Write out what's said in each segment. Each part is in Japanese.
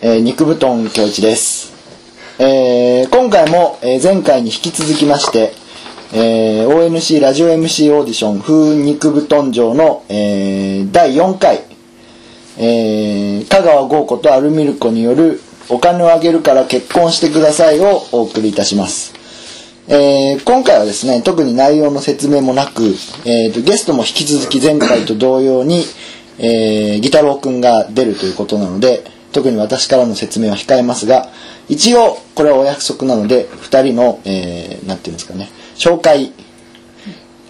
えー肉布団教一です、えー今回も、えー前回に引き続きまして、えー ONC ラジオ MC オーディション風肉布団城の、えー第4回、えー香川豪子とアルミルコによるお金をあげるから結婚してくださいをお送りいたします。えー今回はですね、特に内容の説明もなく、えーとゲストも引き続き前回と同様に、えー、ギタロウくんが出るということなので、特に私からの説明は控えますが、一応、これはお約束なので、二人の、えー、なんていうんですかね、紹介、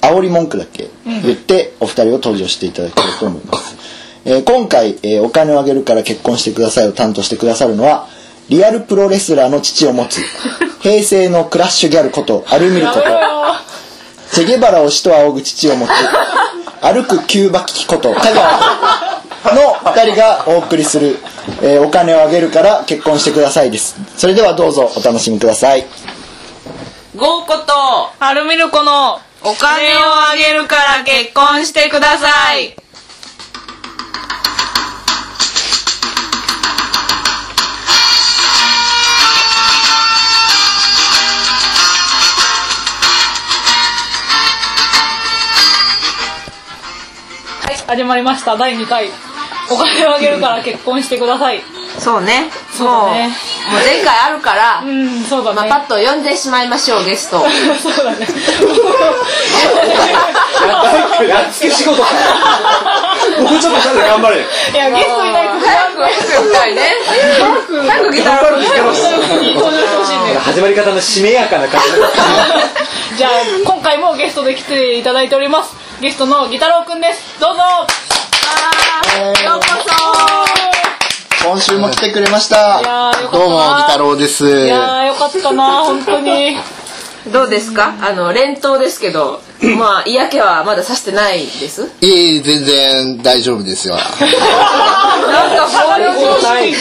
煽り文句だけ言って、お二人を登場していただければと思います。えー今回、えーお金をあげるから結婚してくださいを担当してくださるのは、リアルプロレスラーの父を持つ、平成のクラッシュギャルこと、アルミルこと、チェゲバラを師と仰ぐ父を持つ、歩くキューバ危機こと、香川の二人がお送りする、えーお金をあげるから結婚してくださいです。それではどうぞお楽しみください。ゴーコとアルミルコのお金をあげるから結婚してください。はい始まりました第2回お金をあげるから結婚してくださいそうね。そうだねもう、もう前回あるから、うんそうだまあ、ね、パッと呼んでしまいましょう、ゲストを。そうだねやっつけ仕事か。僕ちょっとちゃんと頑張れよ。いやゲストいないから早く、早く呼びたいね。早く来たら、に登場してほしいんだよ始まり方のしめやかな感 じゃあ今回もゲストで来ていただいておりますゲストのギタロウくんですどうぞようこ今週も来てくれました。いやーよかったなどうも、ギタロウです。いやーよかったな本当にそどうですかあの、連投ですけど、まあ、嫌気はまださしてないです。いえいえ、全然大丈夫ですよ。なんか、そういうじ。ない。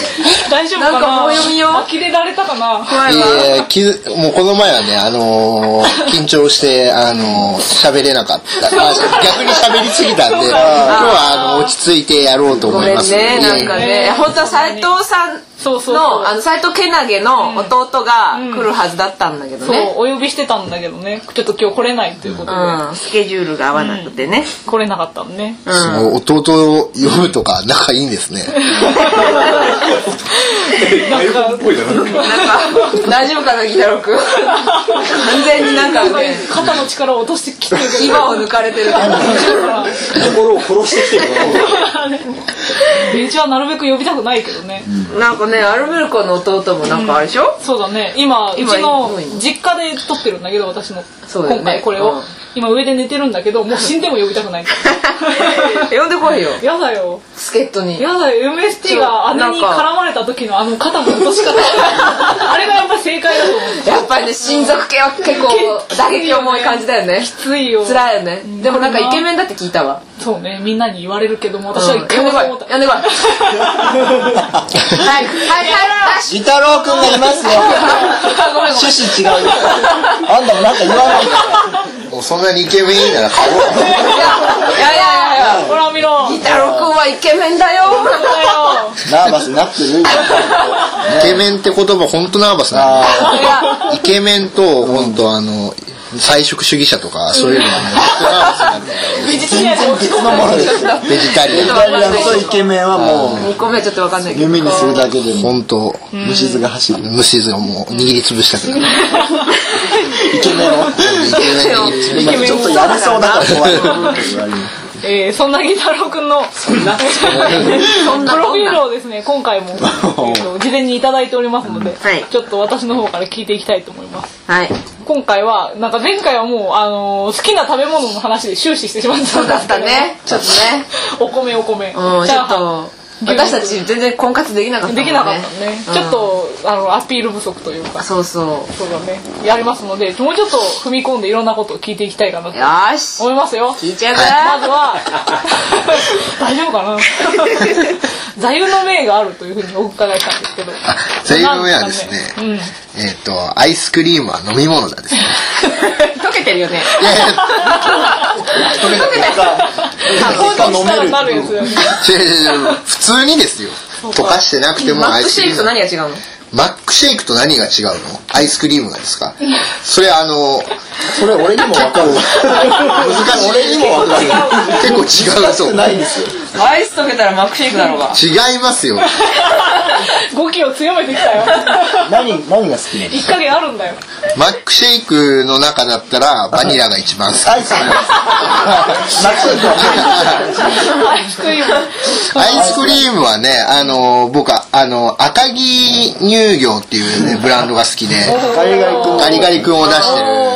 大丈夫かななんか棒読みよ呆れられたかな怖いいわ。えいえ、きずもうこの前はね、あのー緊張して、あのー喋れなかった。まあ逆に喋りすぎたんで、今日はあの落ち着いてやろうとご思めいんます。ね、いえないえんかね。本当は斎藤さんそうそうそうの、あの、斎藤けなげの弟が来るはずだったんだけどそね。うお呼びしてたんだけどねちょっと今日来れないということで、うん、スケジュールが合わなくてね。来れなかったのねその弟を呼ぶとか仲いいんですね。アイコンっぽいじゃん。なんか、大丈夫かな、ギタロウ君。完全になんかね、肩の力を落としてきてるけ牙を抜かれてる。ど心を殺してきてる身内はなるべく呼びたくないけどね、なんかね、アルミルコの弟もなんかあれでし ょそうだね今今うちのいいの実家で撮ってるんだけど私の、そうだよね今回これを、うん今上で寝てるんだけどもう死んでも呼びたくない 呼んでこいよ。やだよ助っ人に。やだよ MST が姉に絡まれた時のあの肩の落とし 方あれがやっぱ正解だと思うやっぱりね、親族系は結構打撃重い感じだよね。ついよ辛いよね。でもなんかイケメンだって聞いたわ。そうねみんなに言われるけどもうん私は呼ん一で回こもい。思呼っんたでこい。 はい、はい、はい、ギタロウくんがいますよ。ごめんごめん趣旨違うよ。あんたもなんか言わないもうそんなにイケメンいいなら買おう。いやいやいやいや。ほら見ろギタロウ君はイケメンだよ。ナーバスになってる。イケメンって言葉ほんとナーバスなんだいやイケメンと、ほんとあの、菜食主義者とか、そういうのがね、ほんとナーバスなんだよ美術やで落ち込むものです。ベジタリアン。イタリアンとイケメンはも2個目はちょっとわかんないけう、ど。夢にするだけでも、本当虫図が走る。虫がもう握りつぶしたくなるイケメンを。いけない握りつぶし今ちょっとやりそうだから怖い。えー、そんなギタロウくんのそんなプロフィールをですね今回も、えーと事前にいただいておりますので、はいちょっと私の方から聞いていきたいと思いますはい。今回はなんか前回はもう、あのー好きな食べ物の話で終始してしまったそうだったね。ちょっとね。 お米お米、うん、チちャょーっハと。私たち全然婚活できなかっンたもんでね。きなかったねうんちょっ。とあのアピール不足というかそうそそうだねやりますのでもうちょっと踏み込んでいろんなことを聞いていきたいかなう。とよーし。思いますよ聞いちゃうまずかは大丈夫かな座右の銘があるというふうにお伺いしたんですけどあ座右の銘はですねうん、えっとアイスクリームは飲み物 だですねら。溶けてるよね。いやいやなんか行動したらなるやつだよね違う違う違う普通にですよ溶かしてなくてもマアッイクスシクェイリクーとム何が違うのマックシェイクと何が違うのアイスクリームがで すかそれあのそれ俺にもわかる。難しい俺にもわかる。結構違 うそうないんですよ。アイス溶けたらマックシェイクだろうが違いますよ語気を強めてきたよ何、何が 好きなの一加減あるんだよマックシェイクの中だったらバニラが一番 好きアイスなんです。マックシェイクはアイスクリームアイスクリームはね、あの、僕は、あの、赤城乳業っていうね、ブランドが好きで、ガリガリ君。ガリガリ君を出してる。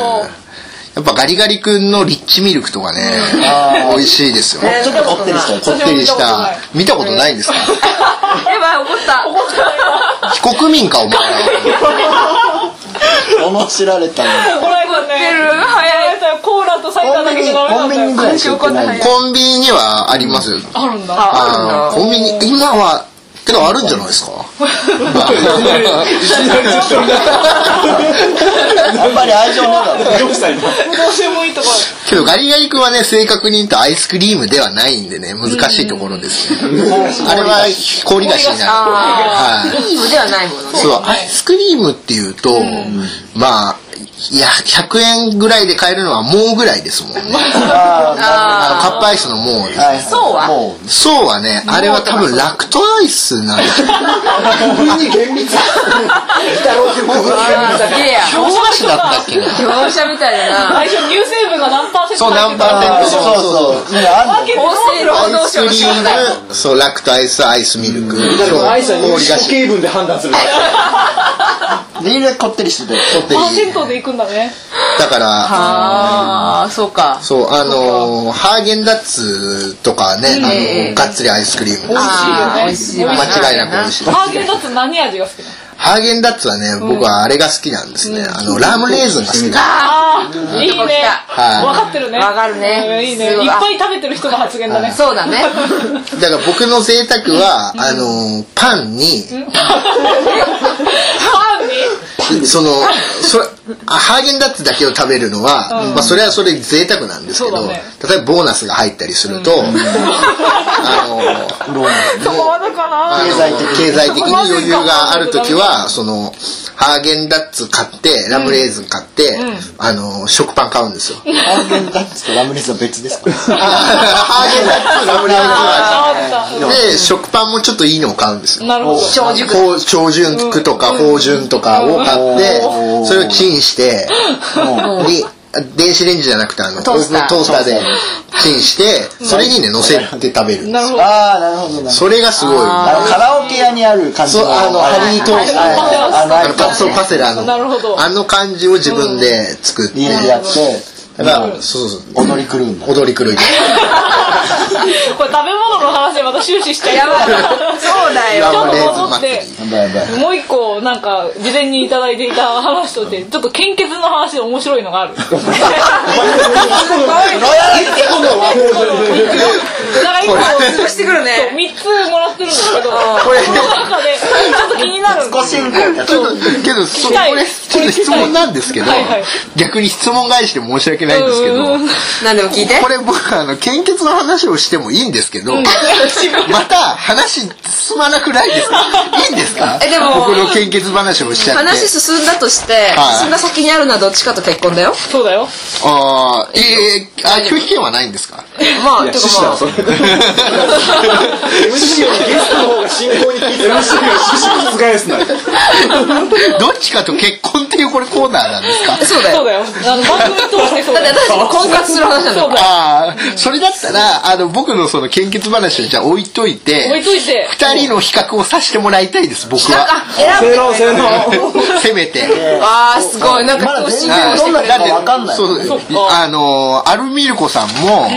やっぱガリガリ君のリッチミルクとかね、美味しいですよ。もうちょっとこってり したやつこってりした、見たことないんですかやばい怒った非国民か、お前ら。面白れたの。怒られたね怒ってる怒早いられたコーラとサイコダーだンけビじニ、ゃダメコンビなんだニよぐらいしか売ってない。コンビニにはありますよ。あるんだあのコンビニ、今は、けどあるんじゃないですか あんまり愛情なかった。どうした今どうしてもいいとこけどガリガリ君はね、正確に言うとアイスクリームではないんでね、難しいところですね。あれは氷菓子になる。あはい。ークリームではないものねそう、アイスクリームっていうと、まあ、いや、100円ぐらいで買えるのはもうぐらいですも んね。あああのカップアイスのもうですあ、はい。そうはもそうはね、あれは多分ラクトアイスなん ですよ。う、無に厳密。だろうってもうーあーすげえや氷菓子だったっけな。業者みたいだな最初乳成分が何パーセントそう、何パーセントそうそうそうそう。そうそう。ね、あんの分厚生労働省アイの仕事スクだよリーム、そう、ラクトアイス、アイスミルク、だからアイスは氷入菓手子。経文で判断するからできるだけこってりしてて。パーセントでいくんだねだから、ああそうかそう、あのーハーゲンダッツとかね、あの、がっつりアイスクリーム。あー美味しいわ間違いなく美味しい。ハーゲンダッツ何味が好きなのハーゲンダッツはね、僕はあれが好きなんですね。あの、ラムレーズンが好きだ。ああいいねこ分来たはいかってるねわかるねうんいいねいすっごいぱい食べてる人の発言だね そうだねだから僕の贅沢は、あのーパンに、パンにその、それ、あハーゲンダッツだけを食べるのは、まあ、それはそれ贅沢なんですけそうど、だね例えばボーナスが入ったりすると、あのーそこまでかなあ経の済的経済的に余裕がある時はそのハーゲンダッツ買ってラムレーズン買って、あの食パン買うんですよハーゲンダッツとラムネスは別ですか ハーゲンダッツラムレーズンは あー出で食パンもちょっといいのを買うんですたよなるほどほう超純句とか芳醇とかを買ってうんそれをチンしてに電子レンジじゃなくてあのトースターオーブントースターでチンしてそれにね乗せて食べるんですよああ、なるほど、なるほど。それがすごいあの、カラオケ屋にある感じそう、の。あの、ハニートースト、はいあの、あアイの、コンパそう、パセラのなるほ、どあの感じを自分で作って、家でやって、だから、そうそうそう、踊り狂うんだ。踊り狂いで。これ食べ物の話でまた終始しちゃう やばいそうだちよょっと戻ってやばいやばい。もう一個なんか事前にいただいていた話としてちょっと献血の話で面白いのがあるだから一個すごしてくるね3つもらってるんですけどこれの中でちょっと気になるちょっと、けど、そたいこれ、ちょっと質問なんですけどはいはい、逆に質問返して申し訳ないんですけうんうんうんど、何でも聞いてこれ僕、あの、献血の話をしてもいいんですけど、また話進まなくないですかいいんですかえでも僕の献血話をしちゃって。話進んだとしてはい進んだ先にあるのはどっちかと結婚だよそうだよあーえーあ、拒否権はないんですかまあいやて趣旨だわそかれ MC よりゲストの方が進行に聞いてる MC より趣旨覆すなよどっちかと結婚っていうこれコーナーなんですかまあそうだそうよだよあの番組通してそうだっだてよ私たち婚活する話なんだそもうんだよああ、それだったら、あの、僕のその献血話をじゃあ置いといて、置いといて二人の比較をさせてもらいたいです、僕なんは。か選正ぶ論正 論せめて。あーすごいなんかまだ今日全新然聞どんな人かわかんない。そうそうあのー、アルミルコさんも、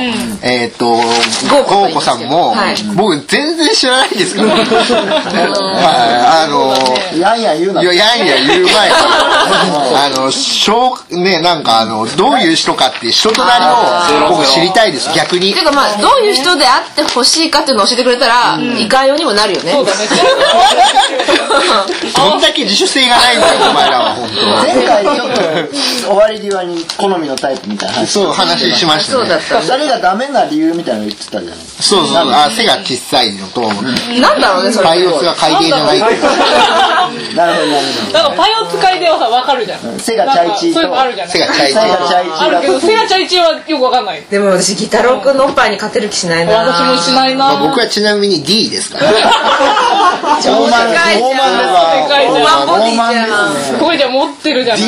えっ、と、ゴーコさんも、はい僕全然知らないですから。はい、あのー。やんやん言うないや、やんや言う前に、あの、しょう、ね、なんかあの、どういう人かっていう人となりを僕知りたいです、逆にてい。うかまあどういう人であってほしいかっていうのを教えてくれたらいかようにもなるよねそうだねどんだけ自主性がないんだよ、お前らは、本前回ちょっと終わり際に好みのタイプみたいな当。話。そう、話しましたそうだねっ。た二人がダメな理由みたいなの言ってたじゃないですそうそうあ背が小さいのと、なんだろうねそれパイオツが海底じゃないっていうなるほどなるほなんかパイオツ界ではさ、わかるじゃん。ど背がチャイチーそういうのあるとじゃない背が茶背色いがチャイチあーるけど、だとセガチャイチはよくわかんない。でも私ギタローくんのおっぱいに勝てる気しないな私もしないなまあ、僕はちなみに D ですか傲ら慢です世界じゃん傲慢だ世界じゃマンボディじ傲慢ゃんですすごいじゃん、持ってるじゃん D。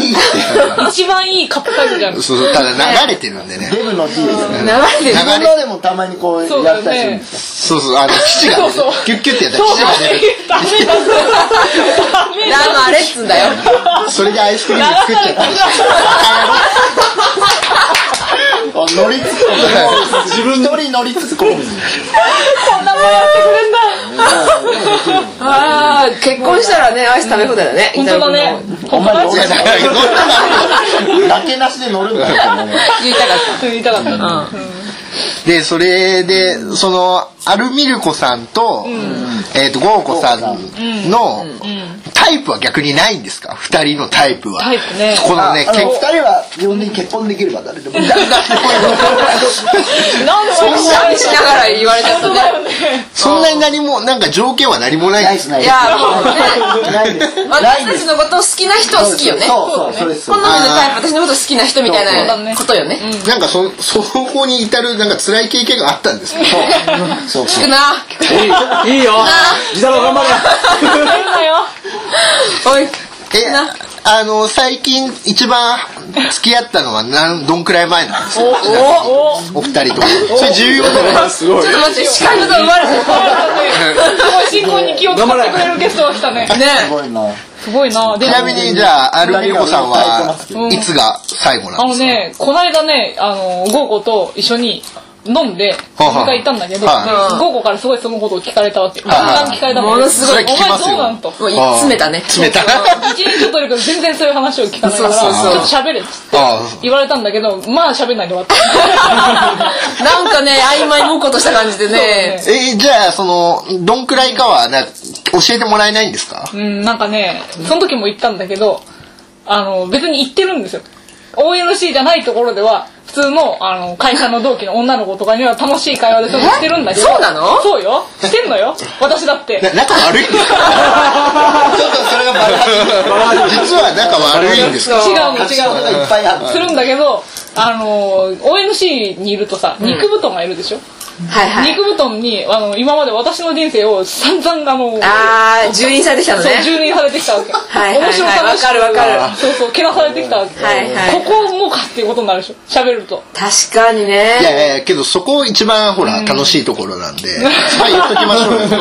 っ一番いいカップタイプじゃんて。そうそうただ流れてるんでねデブの D ですね流れてる自分のでもたまにこうそうやだったりするんねで。すそうそうあの基地が、ね、そうそうキュッキュッってやったらそう基だ地が出ねる。ダメだ。ダメあのだ。あれっつんだよそれでアイスクリーム作っちゃったりしてあ乗りつつこむ自分一人乗りつつこむこんなもんやってくれんだ。ああ結婚したらねアイス食べ放題だね本当だね。お前友達いやだからなけなしで乗るんだよね言いたかっって言いたかった。たうんでそれでそのアルミルコさんと,、えー、とゴーコさんのタイプは逆にないんですか二人のタイプはタイプねこのあねあ結の二人は基本的に結婚できれば誰でもいいなんで俺しゃべしながら言われちゃったねそんなに何もなんか条件は何もないないですないいですやもうねないですない私でたちすのことを好きな人は好きよねそうそうそれです好みのタイプ私のこと好きな人みたいなことよねなんかそそこに至るなんか辛い経験があったんですけどそう聞くないいいよあギタロ頑張れやるなよ。おいえあの最近一番付き合ったのは何どんくらい前なんですかおお。お二人ともそれ重要だねすごいちょっと待って視界のと生まれてすごい進行に気を使ってくれるゲストが来たね。ねすごいな すごいな。でちもなみにじゃあアルミルコさんはいつが最後なあんでのすかね、こないだね、あの、ゴーゴと一緒に飲んで、はあはあ一回行ったんだけど、ではゴーゴからすごいそのことを聞かれたわけ。はあはあ簡単に聞かれたんだけどものすごいお前聞きますよどうなんと。もう詰めたね冷たい一年ちょっといるけど全然そういう話を聞かないから、ちそうょそうそうっと喋れってあ言われたんだけど、まあ喋んないで終 わった。 なんかね曖昧もことした感じでねあえじゃあそのどんくらいかはな教えてもらえないんですかうん、なんかね、その時も言ったんだけど、あの、別に言ってるんですよ。ONC じゃないところでは、普通の、あの、会社の同期の女の子とかには楽しい会話でそうしてるんだけど。そうなのそうよ。してんのよ。私だって。な仲悪いちょっとそれがバラ実は仲悪いんですか違うの違それがういっぱいあの。るするんだけど、あの、ONC にいるとさ、肉布団がいるでしょ、はいはい肉布団に、あの、今まで私の人生を散々、あの、あー住人されてきたのそう、ね住人されてきたわけ。 はいはいはい面白さなしわかるわかるそうそう、けなされてきたわけ。はいはいここもかっていうことになるでしょ。喋る と。確かにいねやいやいやけどそこ一番ほら楽しいところなん でそれ言っときましょうよいや好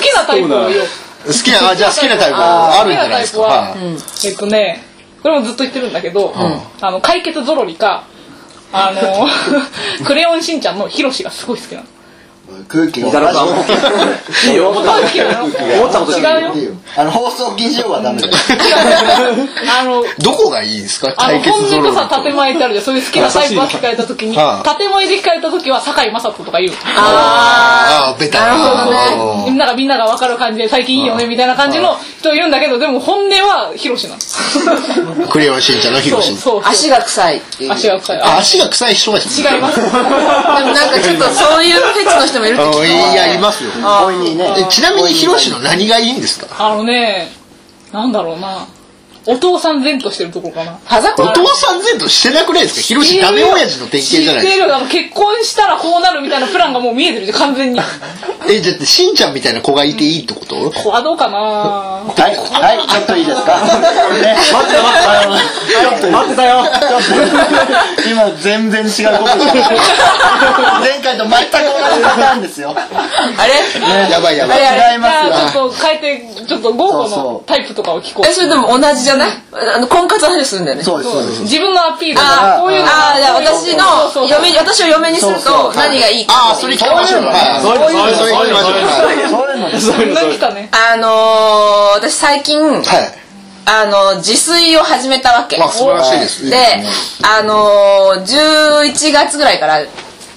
きなタイプを言おう。好きなあじゃあ好きなタイプあるんじゃないですか好きなタはイプいはえっとね、これもずっと言ってるんだけど、あの、解決ゾロリか、あの、 クレヨンしんちゃんのヒロシがすごい好きなの。空気がギタロ同じ頑張れいいよ思った違うよ思ったことじゃない 違うよ。いいよあの放送禁止用語はダメだよあの、どこがいいですかあの、対決本ゾ人ロとリさ、建前ってあるじゃん。そういう好きなタイプは聞かれたときに、ああ建前で聞かれたときは、堺雅人とか言う。あああベタななるほあーみんながみんなが分かる感じで最近いいよねみたいな感じの人いるんだけどでも本音はヒロシなのそうクレヨンしんちゃ んのヒロシ。そう足が臭いっていう足が臭いああ足が臭い人が違違います でもなんかちょっとそういうフェチの人もいるって聞いたいや、いますよ。恋にねえちなみにヒロシの何がいいんですかあのねなんだろうなお父さん前としてるところかなあざこお父さん前としてなくないですかヒロシダメ親父の典型じゃな知いでってするよあの結婚したらこうなるみたいなプランがもう見えてるじゃん完 全にか。え、だってしんちゃんみたいな子がいていいってことこはどうかなはいはいちょっといいですかね待って待って待ってたよ今全然違うことした前回と全く同じパターンですよあれやばいやばい。あ違いれじますゃあよちょっと変えてちょっとゴそーうゴそのタイプとかを聞こえうそれでも同じじゃないあの婚活の話するんだよねそうですそうです自分のアピールがあーこういうのあーじゃあこういう私の嫁に私を嫁にするそうそと何がいいかああ、それ聞きましょう。そうはいいうのそそうれい聞きうのましょう。はいそういうのですそういうのそそういういううの来たねあのー私最近はい。あの自炊を始めたわけまあ、素晴らしいですでね。あのー、11月ぐらいから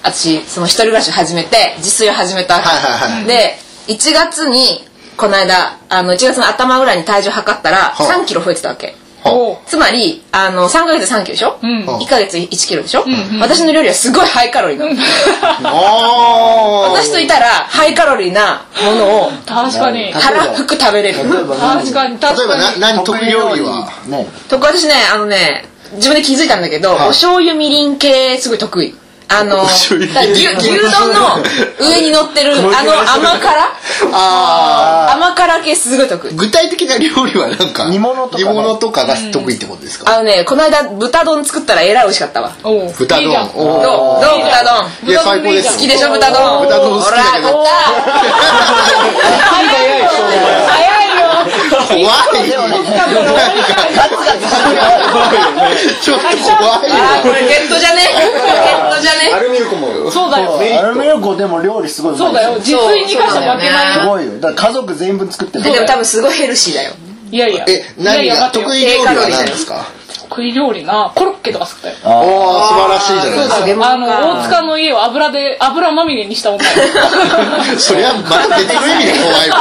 私その一人暮らしを始めて自炊を始めたわけ、はいはいはいで1月にこの間あの1月の頭ぐらいに体重測ったらい3キロ増えてたわけ、はおうつまりあの3ヶ月3キロでしょ、ん1ヶ月1キロでしょ、私の料理はすごいハイカロリーなのあ私といたらハイカロリーなものを確かにば腹腹食べれる確かに例え確ばかなに何得意料理はねとか私ねあのね自分で気づいたんだけど、お醤油みりん系すごい得意あの醤油だから牛牛丼の上に乗って るあの甘辛あ甘辛系すごい得意ー具体的な料理はなんか煮物とかね煮物とかが得意ってことですかあのねこの間豚丼作ったらえらい美味しかったわおう豚丼いいじゃんどうおどうー豚丼いや最高ですよ好きでしょ豚丼豚丼好きだけどほら買った早いよ早いよ怖いでもねちょっと怖いよあーこれゲットじゃねゲットじゃアねルミルクもそうだよアルミルコでも料理すごいうまそいうでだすよよ実炊に関しては負けないすよごいよだから家族全員分作ってえるでも多分すごいヘルシーだよいやいやえいやい何やが待っ得てよ意料理は何ですか得意料理なコロッケとか作ったよおお素晴らしいじゃないですかそうあの大塚の家を油で油まみれにした 女それはまた別の意味で怖いわ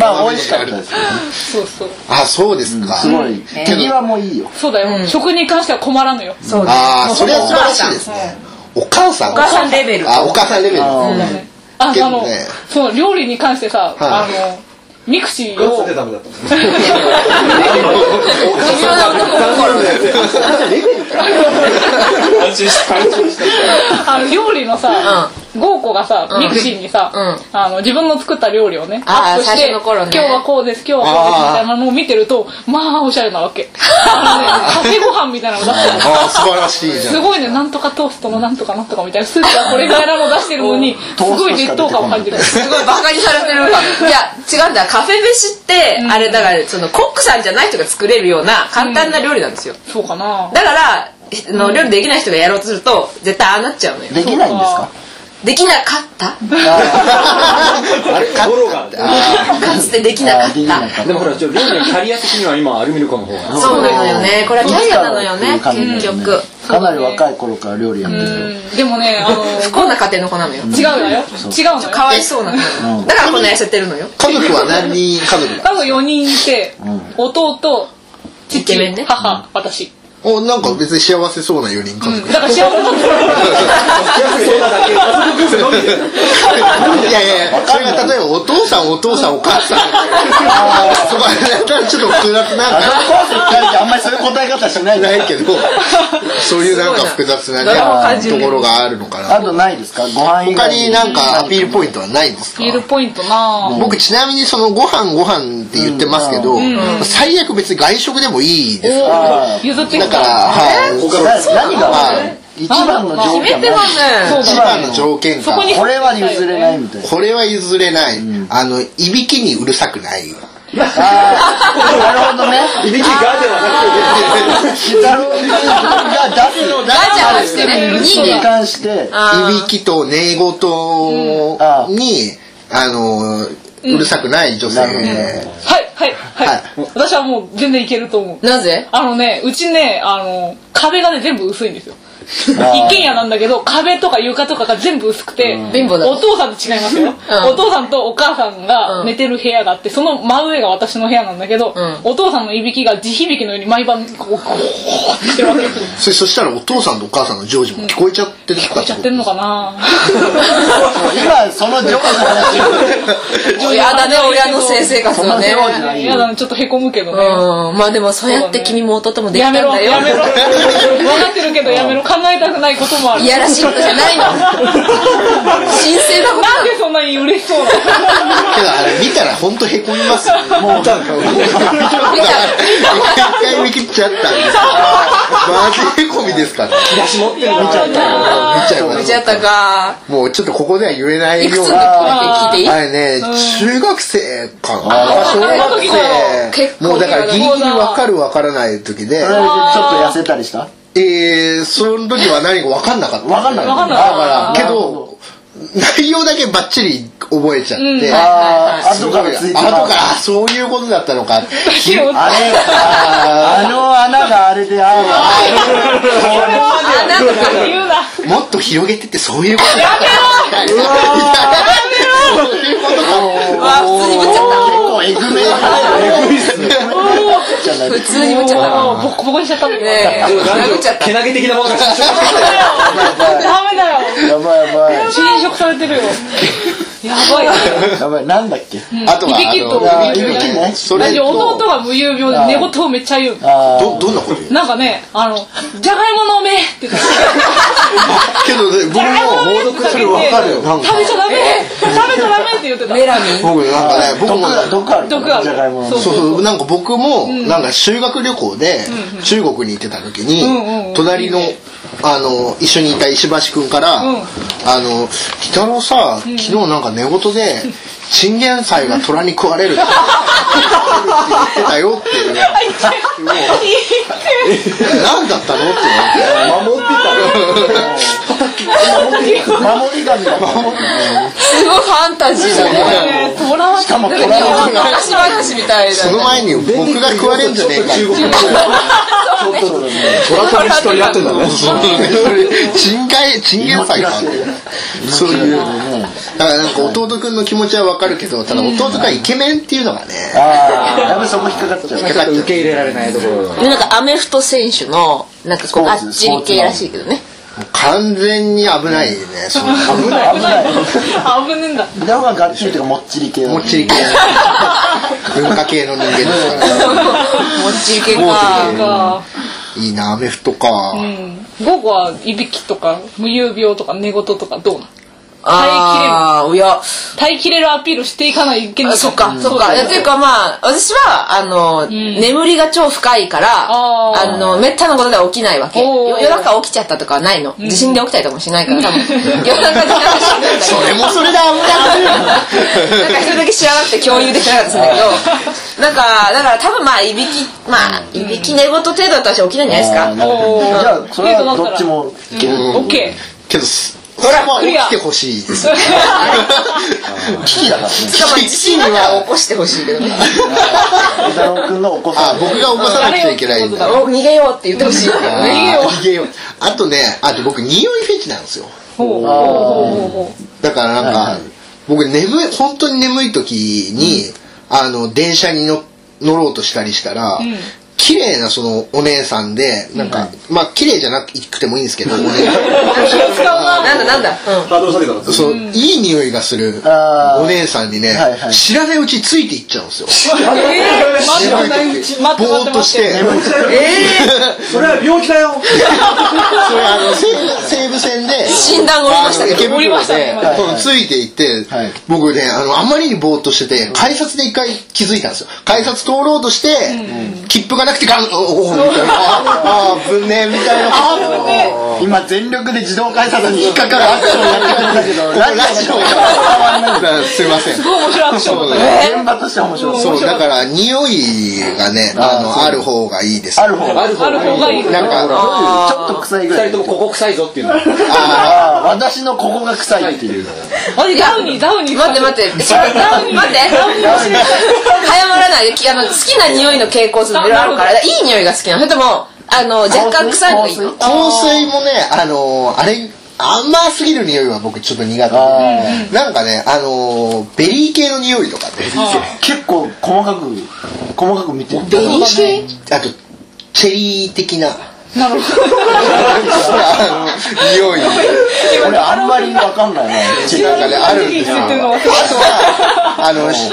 まあ美味しかったですそうそうあそうですかすごい手際もいいよそうだよ、食に関しては困らぬよそうですああそれは素晴らしいですねお母さんお母さんレベルあお母さんレベルあだねあけあどの、ねその料理に関してさ、はあのミクシーどうをせダメだった微妙な男心安心して安心して あの料理のさ、豪子がさ、ミクシーにさ、うあの自分の作った料理をねあアッープして最初の頃ね今日はこうです今日はこうですみたいなのを見てるとまあおしゃれなわ けあのねカフェご飯みたいなの出してるああ素晴らしいじゃすんごいねなんとかトーストのなんとかなんとかみたいなスープはこれぐらいなの出してるのにすごい劣等感を感 じるすごいバカにされてるいや違うんだカフェ飯ってあれだからそのコックさんじゃない人が作れるような簡単な料理なんですよそうかなだからあの料理できない人がやろうとすると絶対ああなっちゃうのよできないんですかできなか ったところがかつてできなかあっーできなたかっでもほらちょっと料理のキャリア的には今アルミルクの方がそうなのよねこれはキャリアなのよねいつからっていう感結じだよね局たかなり若い頃から料理やってうるんでもねあの不幸な家庭の子なのよ違うのよ違うのよかわいそうなのよだからこんな痩せてるのよ家族は何人家族だ多分4人いて、弟イケメン父ね母私おなんか別に幸せそうな4人家族だから幸せそういやいやいやそれが例えばお父さんお父さんお母さん そこはちょっと複雑なあそこは絶対あんまりそういう答え方しないないけどそういうなんか複雑なねすごいな誰も感じるところがあるのかなあとないですかご飯以他外になんかアピールポイントはないんですかビールポイントなぁ僕ちなみにそのご飯ご飯って言ってますけど、最悪別に外食でもいいですよあー譲ってきだから、たはい、な何が悪はい一番の条決め件てはますね一番の条件そこがにこれは譲れないみたいなこれは譲れない、あのいびきにうるさくないあーなるほどねいびきがではなるほどねが出すのガチャをしてね人に関してあいびきと寝言に、ああのうるさくない女性、なるほどはいはいはい、はい私はもう全然いけくと思うーなぜあのねうちねあの壁がね全部薄いんですよあー一軒家なんだけど壁とか床とかが全部薄くて、貧乏だお父さんと違いますよ、お父さんとお母さんが寝てる部屋があってその真上が私の部屋なんだけど、んお父さんのいびきが地響きのように毎晩こうこうってしてるわけですよそれそしたらお父さんとお母さんのジョージも聞こえちゃってたやっちゃってんのかな今その条件の話親だね親の性生活はねいやだねちょっとへこむけどね、うんまあでもそうやって君も弟もできたやんめろだよやめろ分かってるけどやめろ考えたくないこともあるいやらしいことじゃないの神聖なことなだんでそんなに嬉しそうなのけどあれ見たら本当へこみますよもうだから一回見切っちゃったんですマジへこみですから見ちゃいま見ちすゃったかもうちょっとここでは言えないいくつようの時なだけ聞いていいあれね中学生かな小学結生構もうだからギリギリ分かる分からない時それででちょっと痩せたりしたえー、その時は何か分かんなかったわかんないわかんないあだからけなるほど内容だけバッチリ覚えちゃって、あーす後ごいからついて後からあそういうことだったのか ひでもあれあーあの穴があれであああなんか言うなもっと広げてってそういうことだやめろやめろそういうこあ普通にぶっとかちゃっ結構ええぐめ。えぐいっすね。普通にぶっちゃったもうボコボコにしちゃったんだねよ。え殴っちゃったけなげ的なものが出てきダメだよ。やばいやばい。侵食されてるよ。やばいよ。やばい。なんだっけあとは、いびきとあいびきねの、それ私弟と、が無遊病で寝言をめっちゃ言うのあーど、どんなこ と言うなんかね、あの、じゃがいものめって言ってけど、僕も、猛毒それわかるよなんか食、べちゃダメ食べちゃダメって言ってた。メラミン僕なんかね、僕毒も、ある毒ある。毒あるじゃがいもの。そうそうそうなんか僕も、なんか修学旅行で中国に行ってた時に、んうん隣のあの一緒にいた石橋君から「うんあの北郎さ昨日なんか寝 言で、チンゲン菜が虎に食われるって」言ってたよって いうね何だったのって 守ってたよ。守り神だから。すごいファンタジーだねねトラはしかも虎日に食わ本れる昔話みたいそだのね前に僕が食われるんじゃねえかってた。虎と虫とやってんだね。チンガイ、チンゲン菜かそういう。だからなんか弟くんの気持ちはわかるけど、ただ弟がイケメンっていうのがね、ああ、やべ、そこ引っかかっちゃう。引っかかっちゃう受け入れられないところが。でなんかアメフト選手のなんかこうスポあーツっちり系らしいけどね完全に危ないね。その危ない、危ない。あ危ねえんだ。みなががっちりというか、もっちり系だねもっちり系。 文化系の人間ですから。もっちり系かなんか、いいな、アメフトか。うん。午後はいびきとか、無遊病とか寝言とかどうなのああいや耐えきれるアピールしていかないけあそっか、そっか。いやというかまあ、私は、あの、眠りが超深いから、ああーの、めったなことでは起きないわけ。おーよ夜中起きちゃったとかはないの。地震で起きたりとかもしないから、多分。夜中でなんか死んだりそれもそれだ、危ない。 なんか一人だけ知らなくて共有できなかったんだけど、なんか、だから多分まあ、いびき、まあ、いびき寝言程度だったら私起きないんじゃないですあーか。なるほどおーじゃあ、それはどっちもいける。オッケけど、それは起きてほしいです。危機だからね。しかも地震だったら起こしてほしいけどね。枝郎くんのお子さあん、。僕が起こさなくちゃいけないんだ。お逃げようって言って ほしいけどあね。ー逃げよう。あとね、あと僕、匂いフェチなんですよ。ー。 ほうほうほうほう。だからなんか、はいはい僕眠い本当に眠い時に、あの電車にの乗ろうとしたりしたら、綺麗なそのお姉さんでなんか、まあ綺麗じゃなくてもいいんですけど、お姉さんなんだなんだ。うん。ハードル下げたら。そのいい匂いがするあーお姉さんにね、はいはい知らないうちについていっちゃうんですよ。えー、待って眠待いって待って待時ってぼーっとして。待って それは病気だよ。それあの西武西武線で診断降りましたけどあの池降りま袋したねではいそのついていって、はい僕ねあのあんまりにぼーっとしてて改札で一回気づいたんですよ改札通ろうとして、切符がなくてガンおおみたいなああぶねえみたいな今全力で自動改札に引っかかるアクションやってるんだけど、ララジジオオがが伝わんないすいません面白いアクションそう現場としては面白い。そうだから匂いがねあのある方がいいですある方が。ちある方がいい。なんかょっと臭いぐら二い人。ともここ臭いぞっていうの。ああ、私のここが臭いっていう。待ってダウニー、ダウニー。待って 待って、待って、待って、早まらないで、きあの、好きな匂いの傾向数いろいろあるから、いい匂いが好きなの。それとも、あの、若干臭いのがいいの。香水もねあのあれ甘すぎる匂いは僕ちょっと苦手であなんかねあのベリー系の匂いとかね結構細かく、細かく見てる。ベリー系あと、チェリー的な。なるほど。あの、匂い。俺あんまりわかんないね。違うかね、あるんですよ。あとは、あの、シ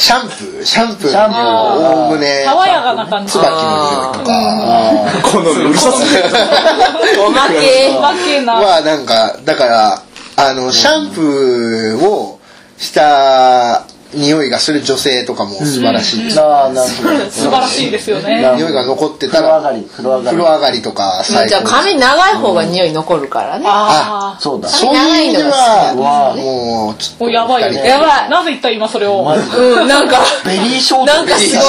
シャンプー、シャンプーシャンプーの、おおむね、爽やかな感じ。椿の匂いとかこのうるさすぎる。おまけ。わけな。は、なんか、だから、あの、シャンプーをした匂いがする女性とかも素晴らしいです。なあ、なるほど。素晴らしいですよね。匂いが残って風た呂上ら、がり、風呂上が風り呂。上がりとか最じゃあ、高です。髪長い方が匂い残るからね。あそうだ。そういう意味でうわは、もう、ちょっあ。もうやばいよ。やばい。なぜ言った今それを。うん、なんか、ベリーショート。なんかす ごい。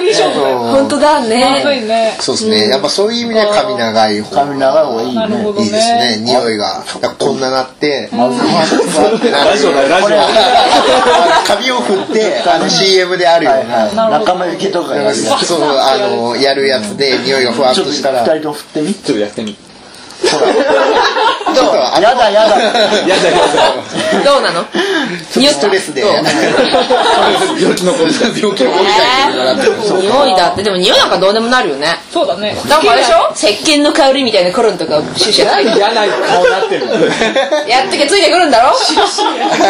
ベリーショートと本当だまずね。いね。そうですね。やっぱそういう意味では髪長い方が髪長い方がいいなるねほ。どいいですね。ね。匂いが。こんななって、ラジオだよ、ラジオ。髪を振って、あの CM であるよはういは。。ない仲間由紀とかやるやそうそう、あの、やるやつで匂いがふわっつちょとっとし二たら、人とも振ってみ。ちょっとやってみ。ちょっとあやだやだ。やだやだ。どうなのちょっとストレスで匂ったどう病気の子みたいな病気のえー子みたいな匂いだってでも匂いなんかどうでもなるよねそうだね。なんかあれでしょ石鹸の香りみたいなコロンとかシュシュ や嫌な顔になってる。っとけついてくるんだろそ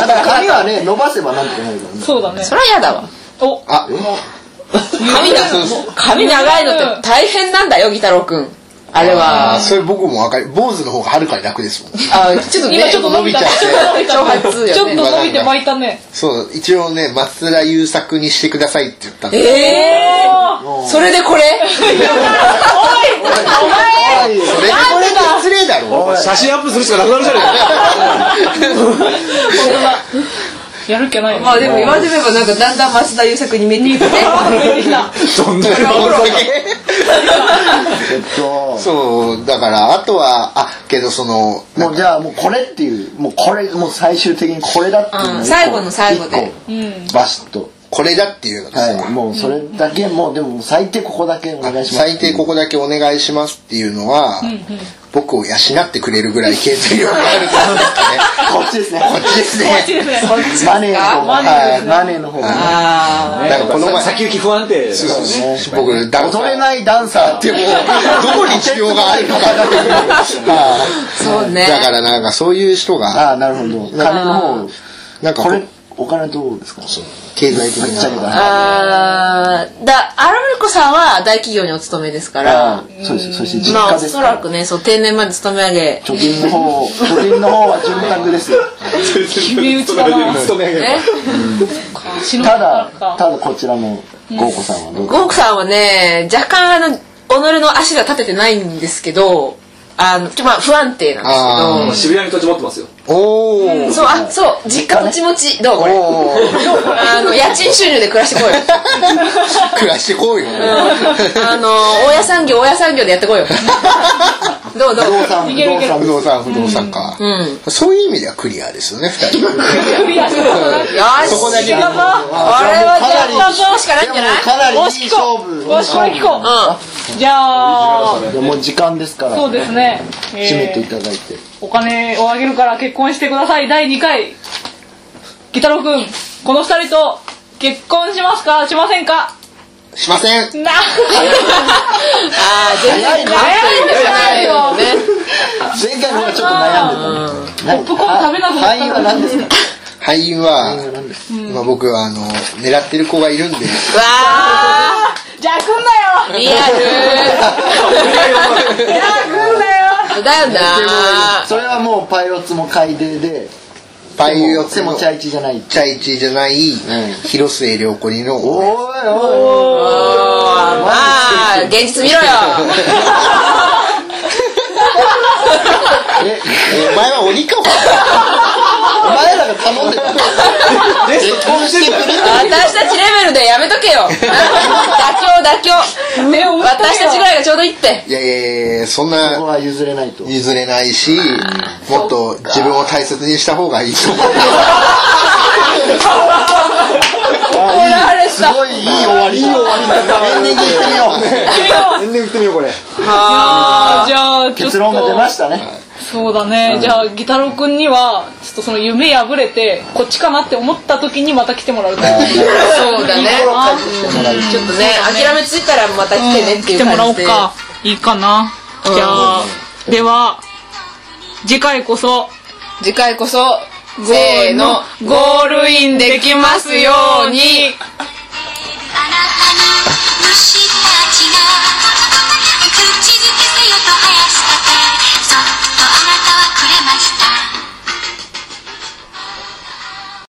た だ髪はね伸ばせばなんとかなるからねそうだね。りゃ嫌だわお、あ髪だ髪長いのって大変なんだよギタロウくんあれあはそれ僕もわかる坊主の方がはるかに楽ですもんあちょっとね今ちょっと伸びた。伸びちゃって挑発よねちょっと伸びて巻いたね。そう一応ね松田優作にしてくださいって言ったんでえー、それでこれそれこれって失礼だろ写真アップするしかなくなるじゃねやる気ないよね。まあでも言われてみればなんかだんだん増田優作に見えてきて えか。どんなえっと、そうだからあとはあけどそのもうじゃあもうこれっていう、もうこれ、もう最終的にこれだっていうのをうん最後の最後で一個。バシッと。これだっていうのはい、もうそれだけ、もうでも最低ここだけお願いします。最低ここだけお願いしますっていうのは、僕を養ってくれるぐらい経済力があると思うんですかねこっちですね。こっちでこっちすねですね。マネーの方が、はい、マネーの方が。あなんかこの前先行き不安定。そうそうそう僕ダンサ踊れーないダンサーってでもどこに需要があるのかなっていうあそうねだからなんかそういう人がああ、なるほど。金の方、なんかこれ、お金どうですか経済的ぶっちゃけなだ。あーだアラルコさんは大企業にお勤めですからあーそうです。そして実まあ家おですそからら。くねそう定年まで勤め上げ貯金の方、貯金の方は住宅ですよ。決め打ちだなね死ぬ たかだか、ただこちらの豪子さんはどうゴークさんはね若干あの己の足が立ててないんですけどあのちょまあ不安定なんです渋谷に土地持ってますよ。おーけどそうあそう実家もちもちどうこれおーあの家賃収入で暮らしてこいよ暮らしてこうよあの大家産業大家産業でやってこいよどうどう不動産、不動不産。動産不動産か、んそういう意味ではクリアですよね二人クリアすることなくよーしそこだけこれはじゃあもうしかないんじゃないかなりいいおし勝聞こ負。う。おしこれ聞こうう。じゃあ、でもう時間ですから、そうですね。締めえていーただいて。お金をあげるから結婚してください。第2回。ギタロウくん、この二人と結婚しますかしませんかしませんな、んあー全然早いですねないよね前回の方がちょっと悩んでた。ポップコーン食べなくなっ俳た優は何ですか敗因は、まあ、僕はあの狙ってる子がいるんでわじゃあ来んーリアなルよじゃあ来んなよだよなそれはもうパイオツも海底で、パイオ背ツものチャイチじゃない。チャイチじゃない、広末涼子にのおいおーおいまあ現実見ろよえ、お前は鬼かもお前らが頼んでた。え、結婚してる私たちレベルでやめとけよ妥協妥協目を疑ったよ私たちぐらいがちょうどいいっていやいやいやそんここなは譲れないと。譲れないしもっと自分を大切にした方がいいと思う怒られすたごいいい終わり。いい終わりだ。エンディングいってみよ全然振ってみよう、これ。あーじゃあう。ちょっ結論が出とましたね。そうだね、じゃあギタロウくんにはちょっとその夢破れてこっちかなって思った時にまた来てもらうからそうだね心を解除してもらう。ちょっとね諦めついたらまた来てねって来いうて感もらおうじでかいいかなうんじゃあでは次回こそ次回こそせーのゴールインできますようにあなたの虫たちが口づけせよと生やしたてそっとあなたはくれました